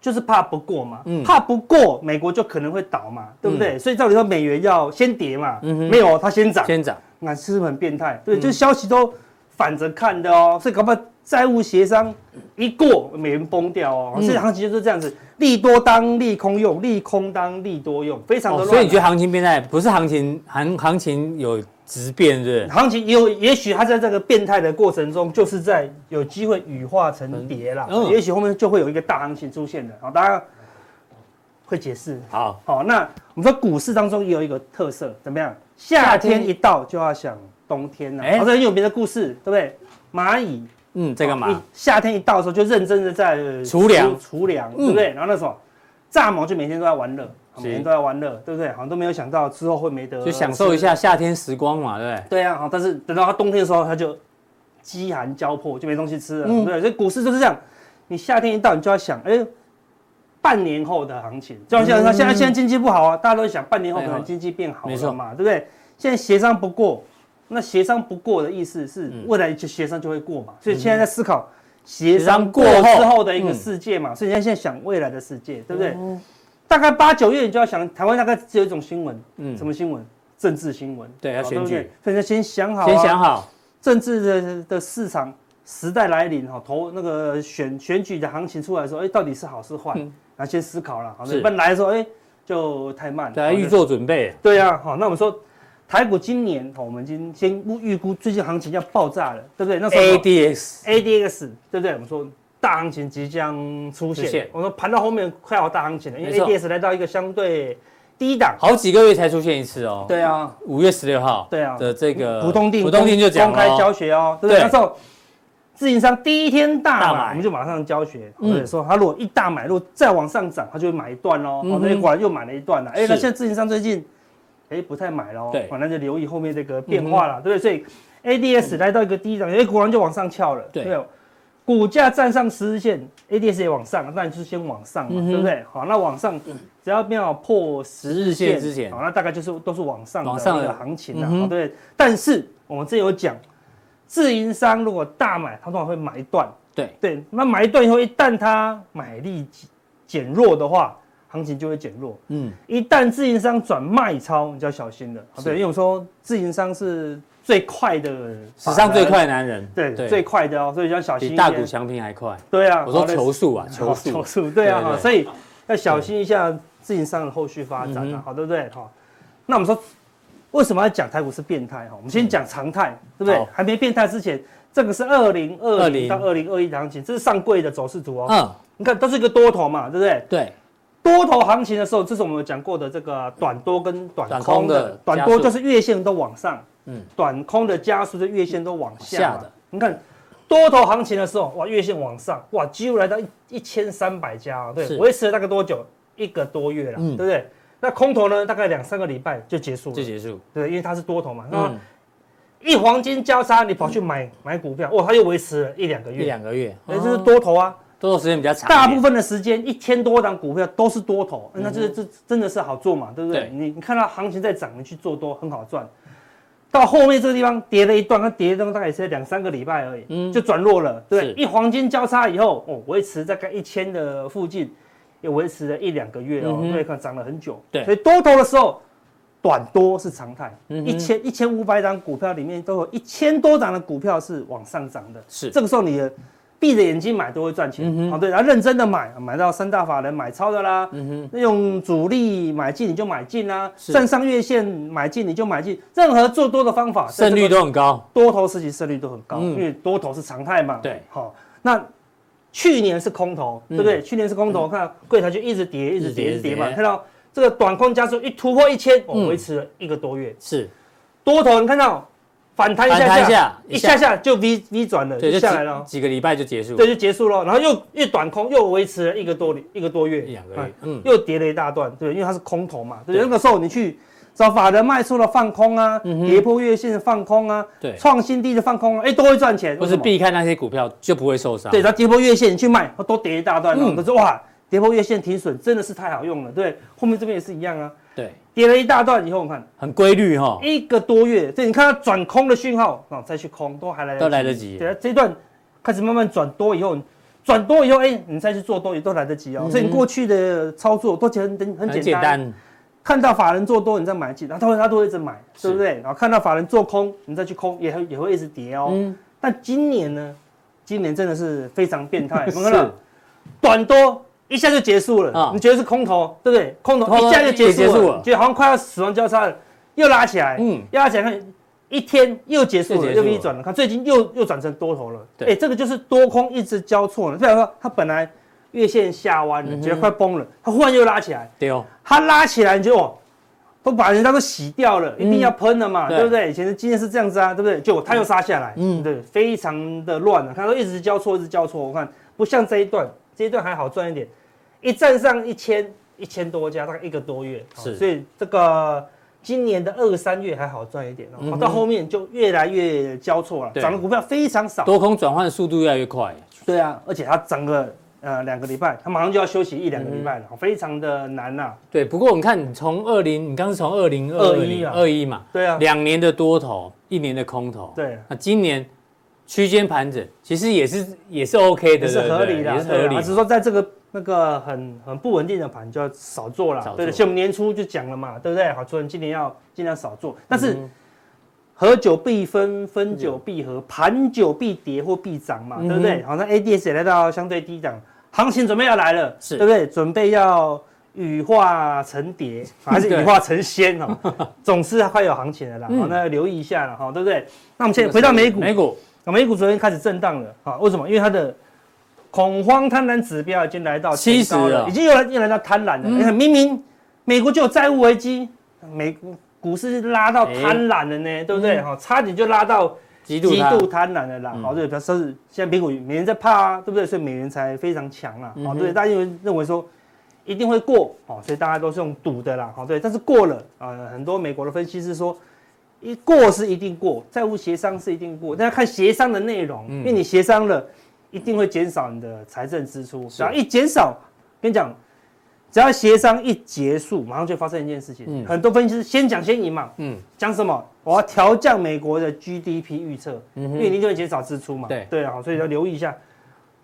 就是怕不过嘛，
嗯
怕不过美国就可能会倒嘛，对不对？所以照理说美元要先跌嘛，
嗯哼
没有它先涨，
先涨，嗯
那是不是很变态？对，就是消息都反着看的哦，所以搞不好债务协商一过，美元崩掉哦，
嗯
所以行情就是这样子，利多当利空用，利空当利多用，非常的
哦
乱啊、
所以你觉得行情变态不是行情行行情有质变，是不是？
行情也有，也许它在这个变态的过程中，就是在有机会羽化成蝶啦。
嗯
也许后面就会有一个大行情出现的。好，大家会解释。
好，
好，那我们说股市当中也有一个特色，怎么样？夏天一到就要想冬天了、
哎
啊。好，这很有名的故事，对不对？蚂蚁
嗯，在干
一
嘛？
夏天一到的时候，就认真的在呃
储粮嗯
储粮，对不对？然后那时候蚱蜢就每天都在玩乐，哦
是
每天都在玩乐，对不对？好像都没有想到之后会没得
就享受一
吃
下夏天时光嘛，对不对？
对啊，好，但是等到它冬天的时候，它就饥寒交迫，就没东西吃了，
嗯
对不对？所以股市就是这样，你夏天一到，你就要想，哎、半年后的行情，就好像它现在、现在经济不好啊，大家都想半年后可能经济变好
嗯没错
了嘛，对不对？现在协商不过，那协商不过的意思是
嗯
未来就协商就会过嘛，所以现在在思考协
协商
商
过
过
后
之后的一个
嗯
世界嘛，所以现在想未来的世界，对不对？大概八九月你就要想，台湾大概只有一种新闻，
嗯
什么新闻？政治新闻，
对要
好
选举
不对所以你先想好、啊
先想，好，
政治的的市场时代来临哈，投那个选选举的行情出来的时候，哎，到底是好是坏？
嗯
然后先思考了，好，
是
不然来的时候，哎，就太慢了，
大家
好
啊预。做准备。
对啊，好，那我们说。台股今年，哦好，我们已经先预估最近行情要爆炸了，对不对？那时候
ADX
ADX 对不对？我们说大行情即将出现，
出现
我说盘到后面快要大行情了，因为
没错
ADX 来到一个相对低档。
好几个月才出现一次哦。，
对啊，
五月十六号
对啊
的这个
浦东定
浦东定就讲
公开
了
教
哦，
学哦，对不对？
对
那时候自营商第一天大
大
买，
买
我们就马上教学，
嗯
或者说他如果一大买，如果再往上涨，他就会买一段喽。哦，
嗯
那
哼
就果然又买了一段了。哎，
是
那现在自营商最近哎不太买喽，
对嗯
哦那就留意后面这个变化了，对不对？所以 ADS 来到一个低档，哎，果然就往上翘了，
对
不股价站上十日线，ADS 也往上，那你就是先往上嘛，
嗯哼嗯
对不对？好，那往上只要没有破十日
线
线
之前
好，那大概就是都是往上
往
的
上
一个
的
行情了、
嗯
啊
哼
好对。但是我们这有讲，自营商如果大买，他通常会买一段，
对，
对，那买一段以后，一旦他买力减减弱的话，行情就会减弱。
嗯，
一旦自营商转卖超，你就要小心了。好对，因为我们说自营商是最快的法
史
人，
上最快的男人，
对，最快的哦，所以要小心
比
一
大
点
股强平还快。
对啊，
我说
好类似
球速啊，
求
球
速，
速
求，速，对啊，
对对
所以要小心一下自营商的后续发展
嗯
啊
哼，
好，对不对？好，那我们说为什么要讲台股是变态？哈，我们先讲常态，对不对
嗯好？
还没变态之前，这个是二零二零
20
到二零二一的行情，这是上柜的走势图哦。
嗯，
你看，都是一个多头嘛，对不对？
对，
多头行情的时候，这是我们有讲过的这个短多跟短
短
空
空的
的，短
加
多
速
就是月线都往上，
嗯
短空的加速的月线都往下
下
嘛
的。
你看多头行情的时候，哇，月线往上，哇，几乎来到一一千三百家啊，对，
是
维持了大概多久？一个多月了，
嗯
对不对？那空头呢，大概两三个礼拜就结束了，
就结束。
对，因为它是多头嘛。那
嗯，
一黄金交叉，你跑去买买股票，哇，它又维持了一两个
一
月，
两个月，哦
哎，这是多头啊。
多头时间比较长一点，
大部分的时间一千多档股票都是多头，那这这真的是好做嘛，对不对
嗯对？
你你看到行情在涨，你去做多很好赚。到后面这个地方跌了一段，它跌了大概也是两三个礼拜而已，
嗯
就转弱了。对，
是
一黄金交叉以后，哦，维持大概一千的附近，也维持了一两个月哦，
嗯哼
对，可能涨了很久。
对
所以多头的时候，短多是常态。
嗯哼
一千一千五百档股票里面，都有一千多档的股票是往上涨的。
是
这个时候你的闭着眼睛买都会赚钱，好、哦
嗯哼
对，然后认真的买，啊买到三大法人买超的啦，
嗯哼，
那用主力买进你就买进啦、
是
站上月线买进你就买进，任何做多的方法，
胜率
在这个
都很高，
多头时期胜率都很高，
嗯
因为多头是常态嘛。
对
好、那去年是空头，
嗯
对不对？去年是空头，看柜台就一直跌，一直跌，
一
一
直
直
跌
跌嘛，
一直跌
看到这个短空加速一突破一千，我
嗯
维持了一个多月，
是
多头你看到反弹一
反弹
下
一
下
下，
一
一
下
下
下就 V V 转了，
对，
就
就
下来了哦
几。几个礼拜就结束，
对，就结束了。然后又又短空，又维持了一个多一个多月，
一两个月
哎
嗯
又跌了一大段，对，因为它是空头嘛，对，
对
那个时候你去找法人卖出了放空啊，
嗯哼
跌破月线的放空啊，
对
创新低的放空啊，哎，都会赚钱，
不
为
是
什么
避开那些股票就不会受伤，
对，然后跌破月线你去卖，都跌一大段了，
嗯
可是哇，跌破月线停损真的是太好用了，对，后面这边也是一样啊，
对，
跌了一大段以后，你看
很规律哈，
一个多月，对，你看它转空的讯号，啊，再去空都还来得及
都来得及
对，这一段开始慢慢转多以后，转多以后，哎、你再去做多也都来得及哦。所以你过去的操作都简很很
嗯很
简
简
单，
单，
看到法人做多你再买进，然后他会他都会一直买，对不对？然后看到法人做空，你再去空，也会也会一直跌哦。
嗯，
但今年呢，今年真的是非常
[laughs]
变态，我们看
是
到短多一下就结束了，
啊
你觉得是空头，对不对？空头
空头
一下就结束
也
了，
结束了
觉得好像快要死亡交叉了，又拉起来，嗯
嗯，
又拉起来看。一天又结束
又
了，
结束
又
了
V 转了，看最近又又转成多头了。
对
哎，这个就是多空一直交错了。比方说，它本来月线下弯
嗯
了，觉得快崩了，它忽然又拉起来，
对哦，
它拉起来你就哦，都把人家都洗掉了，一定要喷了嘛，
嗯对
对不对？以前的经验是这样子啊，对不对？结果它又杀下来，
嗯
嗯，对，非常的乱啊，看到一直交错，一直交错，我看不像这一段，这一段还好赚一点，一站上一千一千多家，大概一个多月，哦
是
所以这个。今年的二三月还好赚一点，
嗯
哦，
哼
到后面就越来越交错了，
对
涨的股票非常少。
多空转换速度越来越快，
对啊，而且它涨个呃两个礼拜，它马上就要休息一两个
嗯
礼拜了，哦非常的难啊呐、
对，不过我们看你从二零，你刚是从二零二
21
零
啊
二一嘛，
对啊，
两年的多头，一年的空头。
对
那今年区间盘整，其实也是也是 OK 的，
也是
对不
合
对
理的啊，
也是合
对啊
理
只是。说在这个那个很很不稳定的盘就要少
少
做了，
做
对的。像我们年初就讲了嘛，对不对？好，所以今年要尽量少做，
嗯
但是。合久必分，分久必合，盘久必跌或必涨嘛，
嗯哼
对不对？好，那 ADS 也来到相对低档，行情准备要来了，
是
对不对？准备要羽化成蝶，还是羽化成
[laughs]
仙哦？总是快有行情了啦，
嗯
好，那留意一下了哈，对不对？那我们现在回到美股，
美股
那美股昨天开始震荡了啊？为什么？因为它的恐慌贪婪指标已经来到
70
前高
了
哎已经又来又来到贪婪了。你看，明明美国就有债务危机，美股市拉到贪婪了呢，对不对？哈、差点就拉到
极度
极
它
度贪婪了啦。
嗯
好、对，表示现在美股美元在怕啊，对不对？所以美元才非常强啦。
嗯
好、
哼
对，大家认为认为说哦一定会过，哦，所以大家都是用赌的啦。好、对，但是过了，呃，很多美国的分析师说。一过是一定过，债务协商是一定过，但要看协商的内容，
嗯
因为你协商了，一定会减少你的财政支出。只要一减少，跟你讲，只要协商一结束，马上就发生一件事情。
嗯
很多分析师先讲先赢嘛，
嗯，
讲什么？我要调降美国的 GDP 预测，
嗯哼
因为你就会减少支出嘛。
对
对啊，所以要留意一下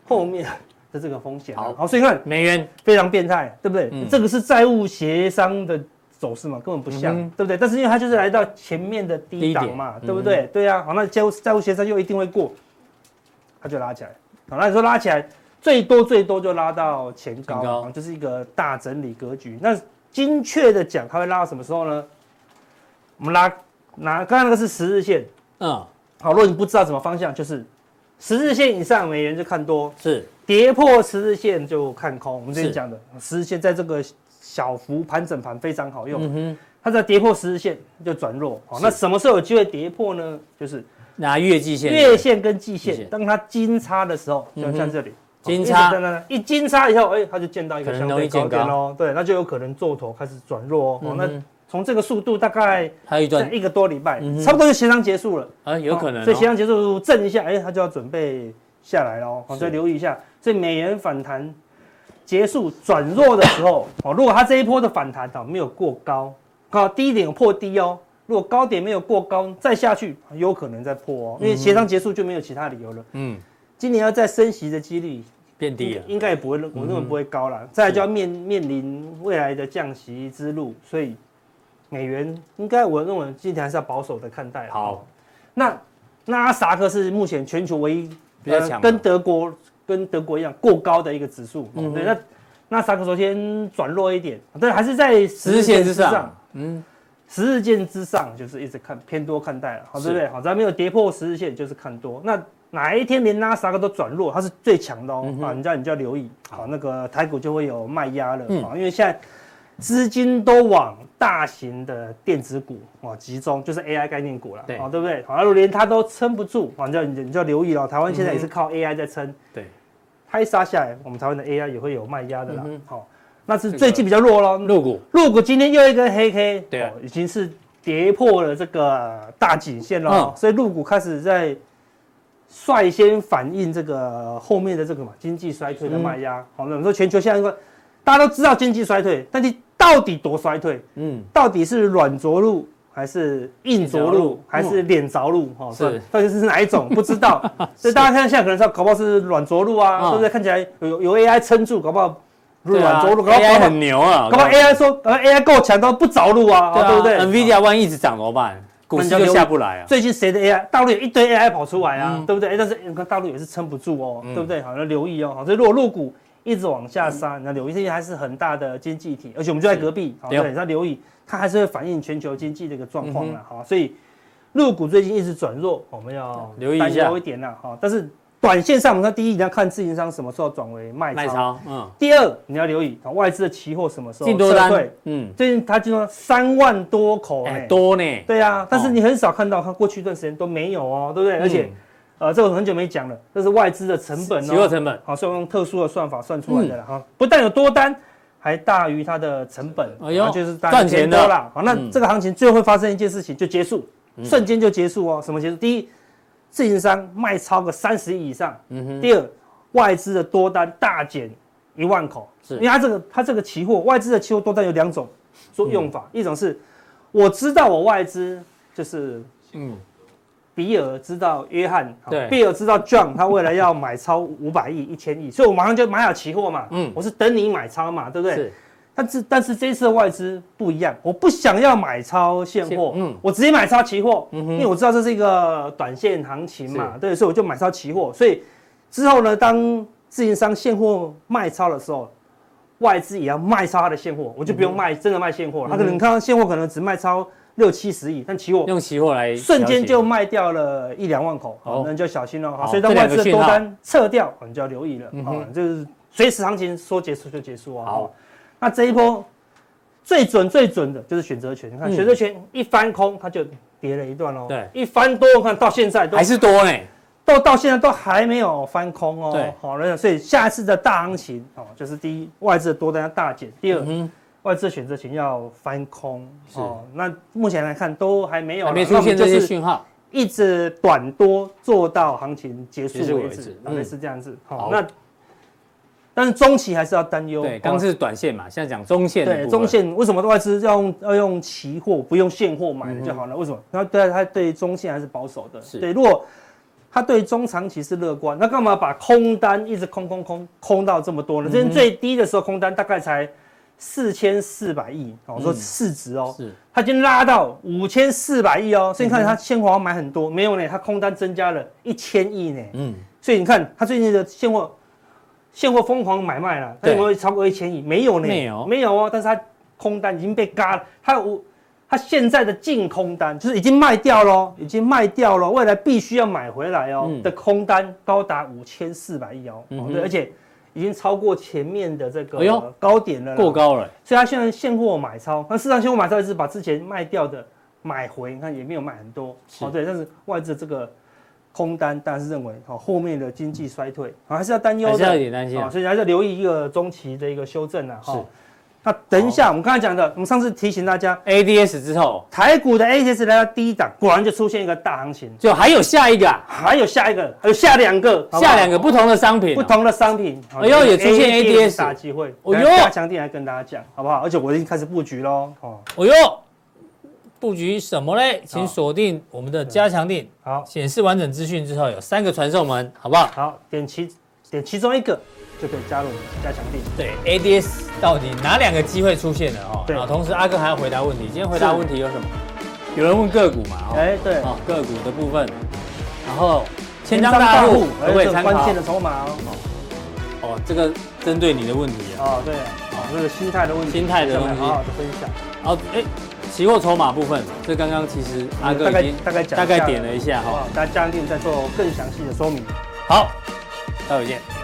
后面的这个风险啊。
好
好，所以你看
美元
非常变态，对不对？
嗯
这个是债务协商的走势嘛，根本不像，
嗯哼
对不对？但是因为它就是来到前面的低档嘛，
低点嗯
对不对？对啊，好，那债务债务协商又一定会过，它就拉起来。好，那你说拉起来，最多最多就拉到前高，
前高
好就是一个大整理格局。那精确的讲，它会拉到什么时候呢？我们拉拿刚才那个是十日线，
嗯
好，如果你不知道什么方向，就是十日线以上美元就看多，
是
跌破十日线就看空。我们之前
是
讲的十日线在这个小幅盘整盘非常好用，
嗯哼，
它只要跌破十日线就转弱。好，
是
那什么时候有机会跌破呢？就是
拿月季线
月线跟季
季
线，
线
当它金叉的时候，就
嗯
像
哼
这里。
金叉
对对对，一金叉以后，哎，它就见到一个
可能
相
容
对
易见
高点哦，对，那就有可能做头开始转弱哦。好那
嗯哼
从这个速度大概
还有一段
哦在一个多礼拜
嗯哼，
差不多就协商结束了。
啊，有可能、
哦
哦，
所以协商结束震一下，哎、它就要准备下来了哦，好
是
所以留意一下。所以美元反弹结束转弱的时候，哦，如果它这一波的反弹哦没有过高，哦，低点有破低哦，如果高点没有过高，再下去有可能再破哦，因为协商结束就没有其他理由了。
嗯
今年要再升息的几率
变低啊嗯了，
应该也不会，我认为不会高了。再来就要面面临未来的降息之路，所以美元应该我认为今天还是要保守的看待啦。
好，
那纳斯达克是目前全球唯一呃
比较强嘛
跟德国跟德国一样过高的一个指数。哦
嗯哼
对，那纳斯达克昨天转弱一点，但还是在
十日线之上，，嗯，
十日线之上就是一直看偏多看待了，好对不对？好，咱没有跌破十日线就是看多。那哪一天连纳斯达克都转弱，它是最强的哦、
嗯哼
啊！你知道你就要留意，好，那个台股就会有卖压了、
嗯
啊，因为现在资金都往大型的电子股啊集中，就是 AI 概念股了，
对
啊，对不对？好，那如果连它都撑不住，啊，你就你就要留意了。台湾现在
嗯
也是靠 AI 在撑，
对，
它一杀下来，我们台湾的 AI 也会有卖压的啦
嗯哼。
好、那是最近比较弱喽，
入股
入股今天又一根黑 K，
对啊
哦已经是跌破了这个大颈线了，
嗯
所以入股开始在率先反映这个后面的这个嘛经济衰退的卖压。
嗯
好、那我们说全球现在一个大家都知道经济衰退，但是到底多衰退？
嗯
到底是软着陆还是硬着
硬着陆嗯
陆还是脸着陆？哦，
是
对到底是哪一种不
[laughs]
知道，所以大家看现在可能知道，搞不好是软着陆啊，
嗯
对不对？看起来有有 AI 撑住，搞不好
对
软
啊
着陆，搞不好
，AI 很牛啊，
搞不好 AI 说，呃，AI 够强都不着陆啊，
对
哦对不对
啊，NVIDIA 万一一直涨怎么办？股市
那你
就
就
下不来啊，
最近谁的 AI，大陆有一堆 AI 跑出来啊
嗯，
对不对？哎但是你看大陆也是撑不住哦
嗯，
对不对？好，要留意哦。好，所以如果入股一直往下杀，你要留意，这些还是很大的经济体，而且我们就在隔壁，好，
嗯对哦
对，你要留意，它还是会反映全球经济的一个状况
嗯
啦。好，所以入股最近一直转弱，我们要
留意一下
担忧一点啦。好，但是短线上，我们看第一，你要看自营商什么时候转为卖
卖
超；
超，嗯，
第二，你要留意好外资的期货什么时候
进多
撤退
单，嗯，
最近它就说三万多口、哎、
哎，多呢，
对啊，但是
哦
你很少看到它过去一段时间都没有哦，对不对？
嗯
而且，呃，这个很久没讲了，这是外资的成本
期货
哦，
成本，
好，是用特殊的算法算出来的了
嗯
哈、不但有多单，还大于它的成本，
哎呦
啊就是大
赚
赚
钱
钱
的
多啦。好，那
嗯
这个行情最后会发生一件事情，就结束，瞬间就结束哦。什么结束？第一，自营商卖超个三十亿以上，
嗯哼，
第二，外资的多单大减一万口，
是
因为它这个它这个期货外资的期货多单有两种说用法，
嗯
一种是我知道我外资就是
嗯，
比尔知道约翰，啊好
对
比尔知道 John 他未来要买超五百亿、一千亿，所以我马上就买好期货嘛，
嗯
嗯，我是等你买超嘛，对不对？
是，
但是但是这一次的外资不一样，我不想要买超现货，
现嗯
我直接买超期货，
嗯哼
因为我知道这是一个短线行情嘛，
是
对，所以我就买超期货。所以之后呢，当自营商现货卖超的时候，外资也要卖超它的现货，我就不
嗯
用卖、真的卖现货了。他可能看到现货可能只卖超六七十亿，但期货
用期货来
瞬间就
了解
卖掉了一两万口，
好
好，那你就小心了。
好
好，所以当
这两个
外资的
讯
多
号
单撤掉，哦你就要留意了
嗯。
好
哼，
就是随时行情说结束就结束啊。
好
好，那这一波最准最准的就是选择权，你看
嗯
选择权一翻空，它就跌了一段喽。
对
一翻多，你看到现在都
还是多呢，
到到现在都还没有翻空哦。
对
好，那所以下一次的大行情哦，就是第一，外资的多单要大减；第二，
嗯
外资的选择权要翻空。哦，那目前来看都还没
哼，
有啦，
还没
啊那
出
我们
现这
就
些
是
讯号。
一直短多做到行情结束
结束
为
为
止
止，
大
嗯
概是这样子。好
好，
那但是中期还是要担忧。
对，
哦
刚是短线嘛，现在讲中线的
对
部分
中线为什么外资要用要用期货不用现货买的就好了？为什么？然后对他对中线还是保守的
嗯是，
对，如果他对中长期是乐观，那干嘛把空单一直空空空空到这么多
嗯
呢？之前最低的时候空单大概才四千四百亿，哦我说
嗯
市值哦，
是
它已经拉到五千四百亿哦，所
嗯
以你看它现货好像买很多，没有呢，它空单增加了一千亿呢，
嗯，
所以你看它最近的现货，现货疯狂买卖了，它
对
有没有超过一千亿？没有呢，
没有
没有哦，但是它空单已经被嘎了，它无。它现在的净空单就是已经卖掉喽，已经卖掉了，未来必须要买回来哦、
嗯
的空单高达五千四百亿哦，
嗯哼
对，而且已经超过前面的这
哎
个
呦
高点了啦，
过高了，
所以它现在现货买超，那事实上现货买超就是把之前卖掉的买回，你看也没有买很多，
是
哦对，但是外资这个空单，当然是认为哦后面的经济衰退、哦还是要担忧
还是
的，
要有点担心啊
哦，所以还是要留意一个中期的一个修正啊。
是
哦，那等一下我们刚才讲的，我们上次提醒大家，
ADS 之后
台股的 A S 来到低档，果然就出现一个大行情，
就还有下一个啊，
还有下一个，还有下两个，好不好
下两个不同的商品哦，
不同的商品，好
哎呦也出现 ADS
大机会，
哦
我
呦
加强点来跟大家讲，好不好？而且我已经开始布局喽，哦，
哦哟，布局什么嘞？请锁定我们的加强定，
好
显示完整资讯之后有三个传送门，好不好？
好，点其点其中一个就可以加入我们加强定。
对，ADS 到底哪两个机会出现了哦？
对
然后同时阿哥还要回答问题，今天回答问题有什么？有人问个股嘛？哦，
哎，对，
哦，个股的部分，然后千张大户可不
哎，
可以
这个
参
关
考
键？的筹码哦，
哦，这个针对你的问题啊。
哦，对，哦，这个心态的问题，
心态的东西
好好的分享。
哦，哎，期货筹码部分，这刚刚其实阿哥
大概
已经
大概讲一
大
下
概点了一下
好不
哈
好。？大家加强定再做更详细的说明。
好，待会见。
好。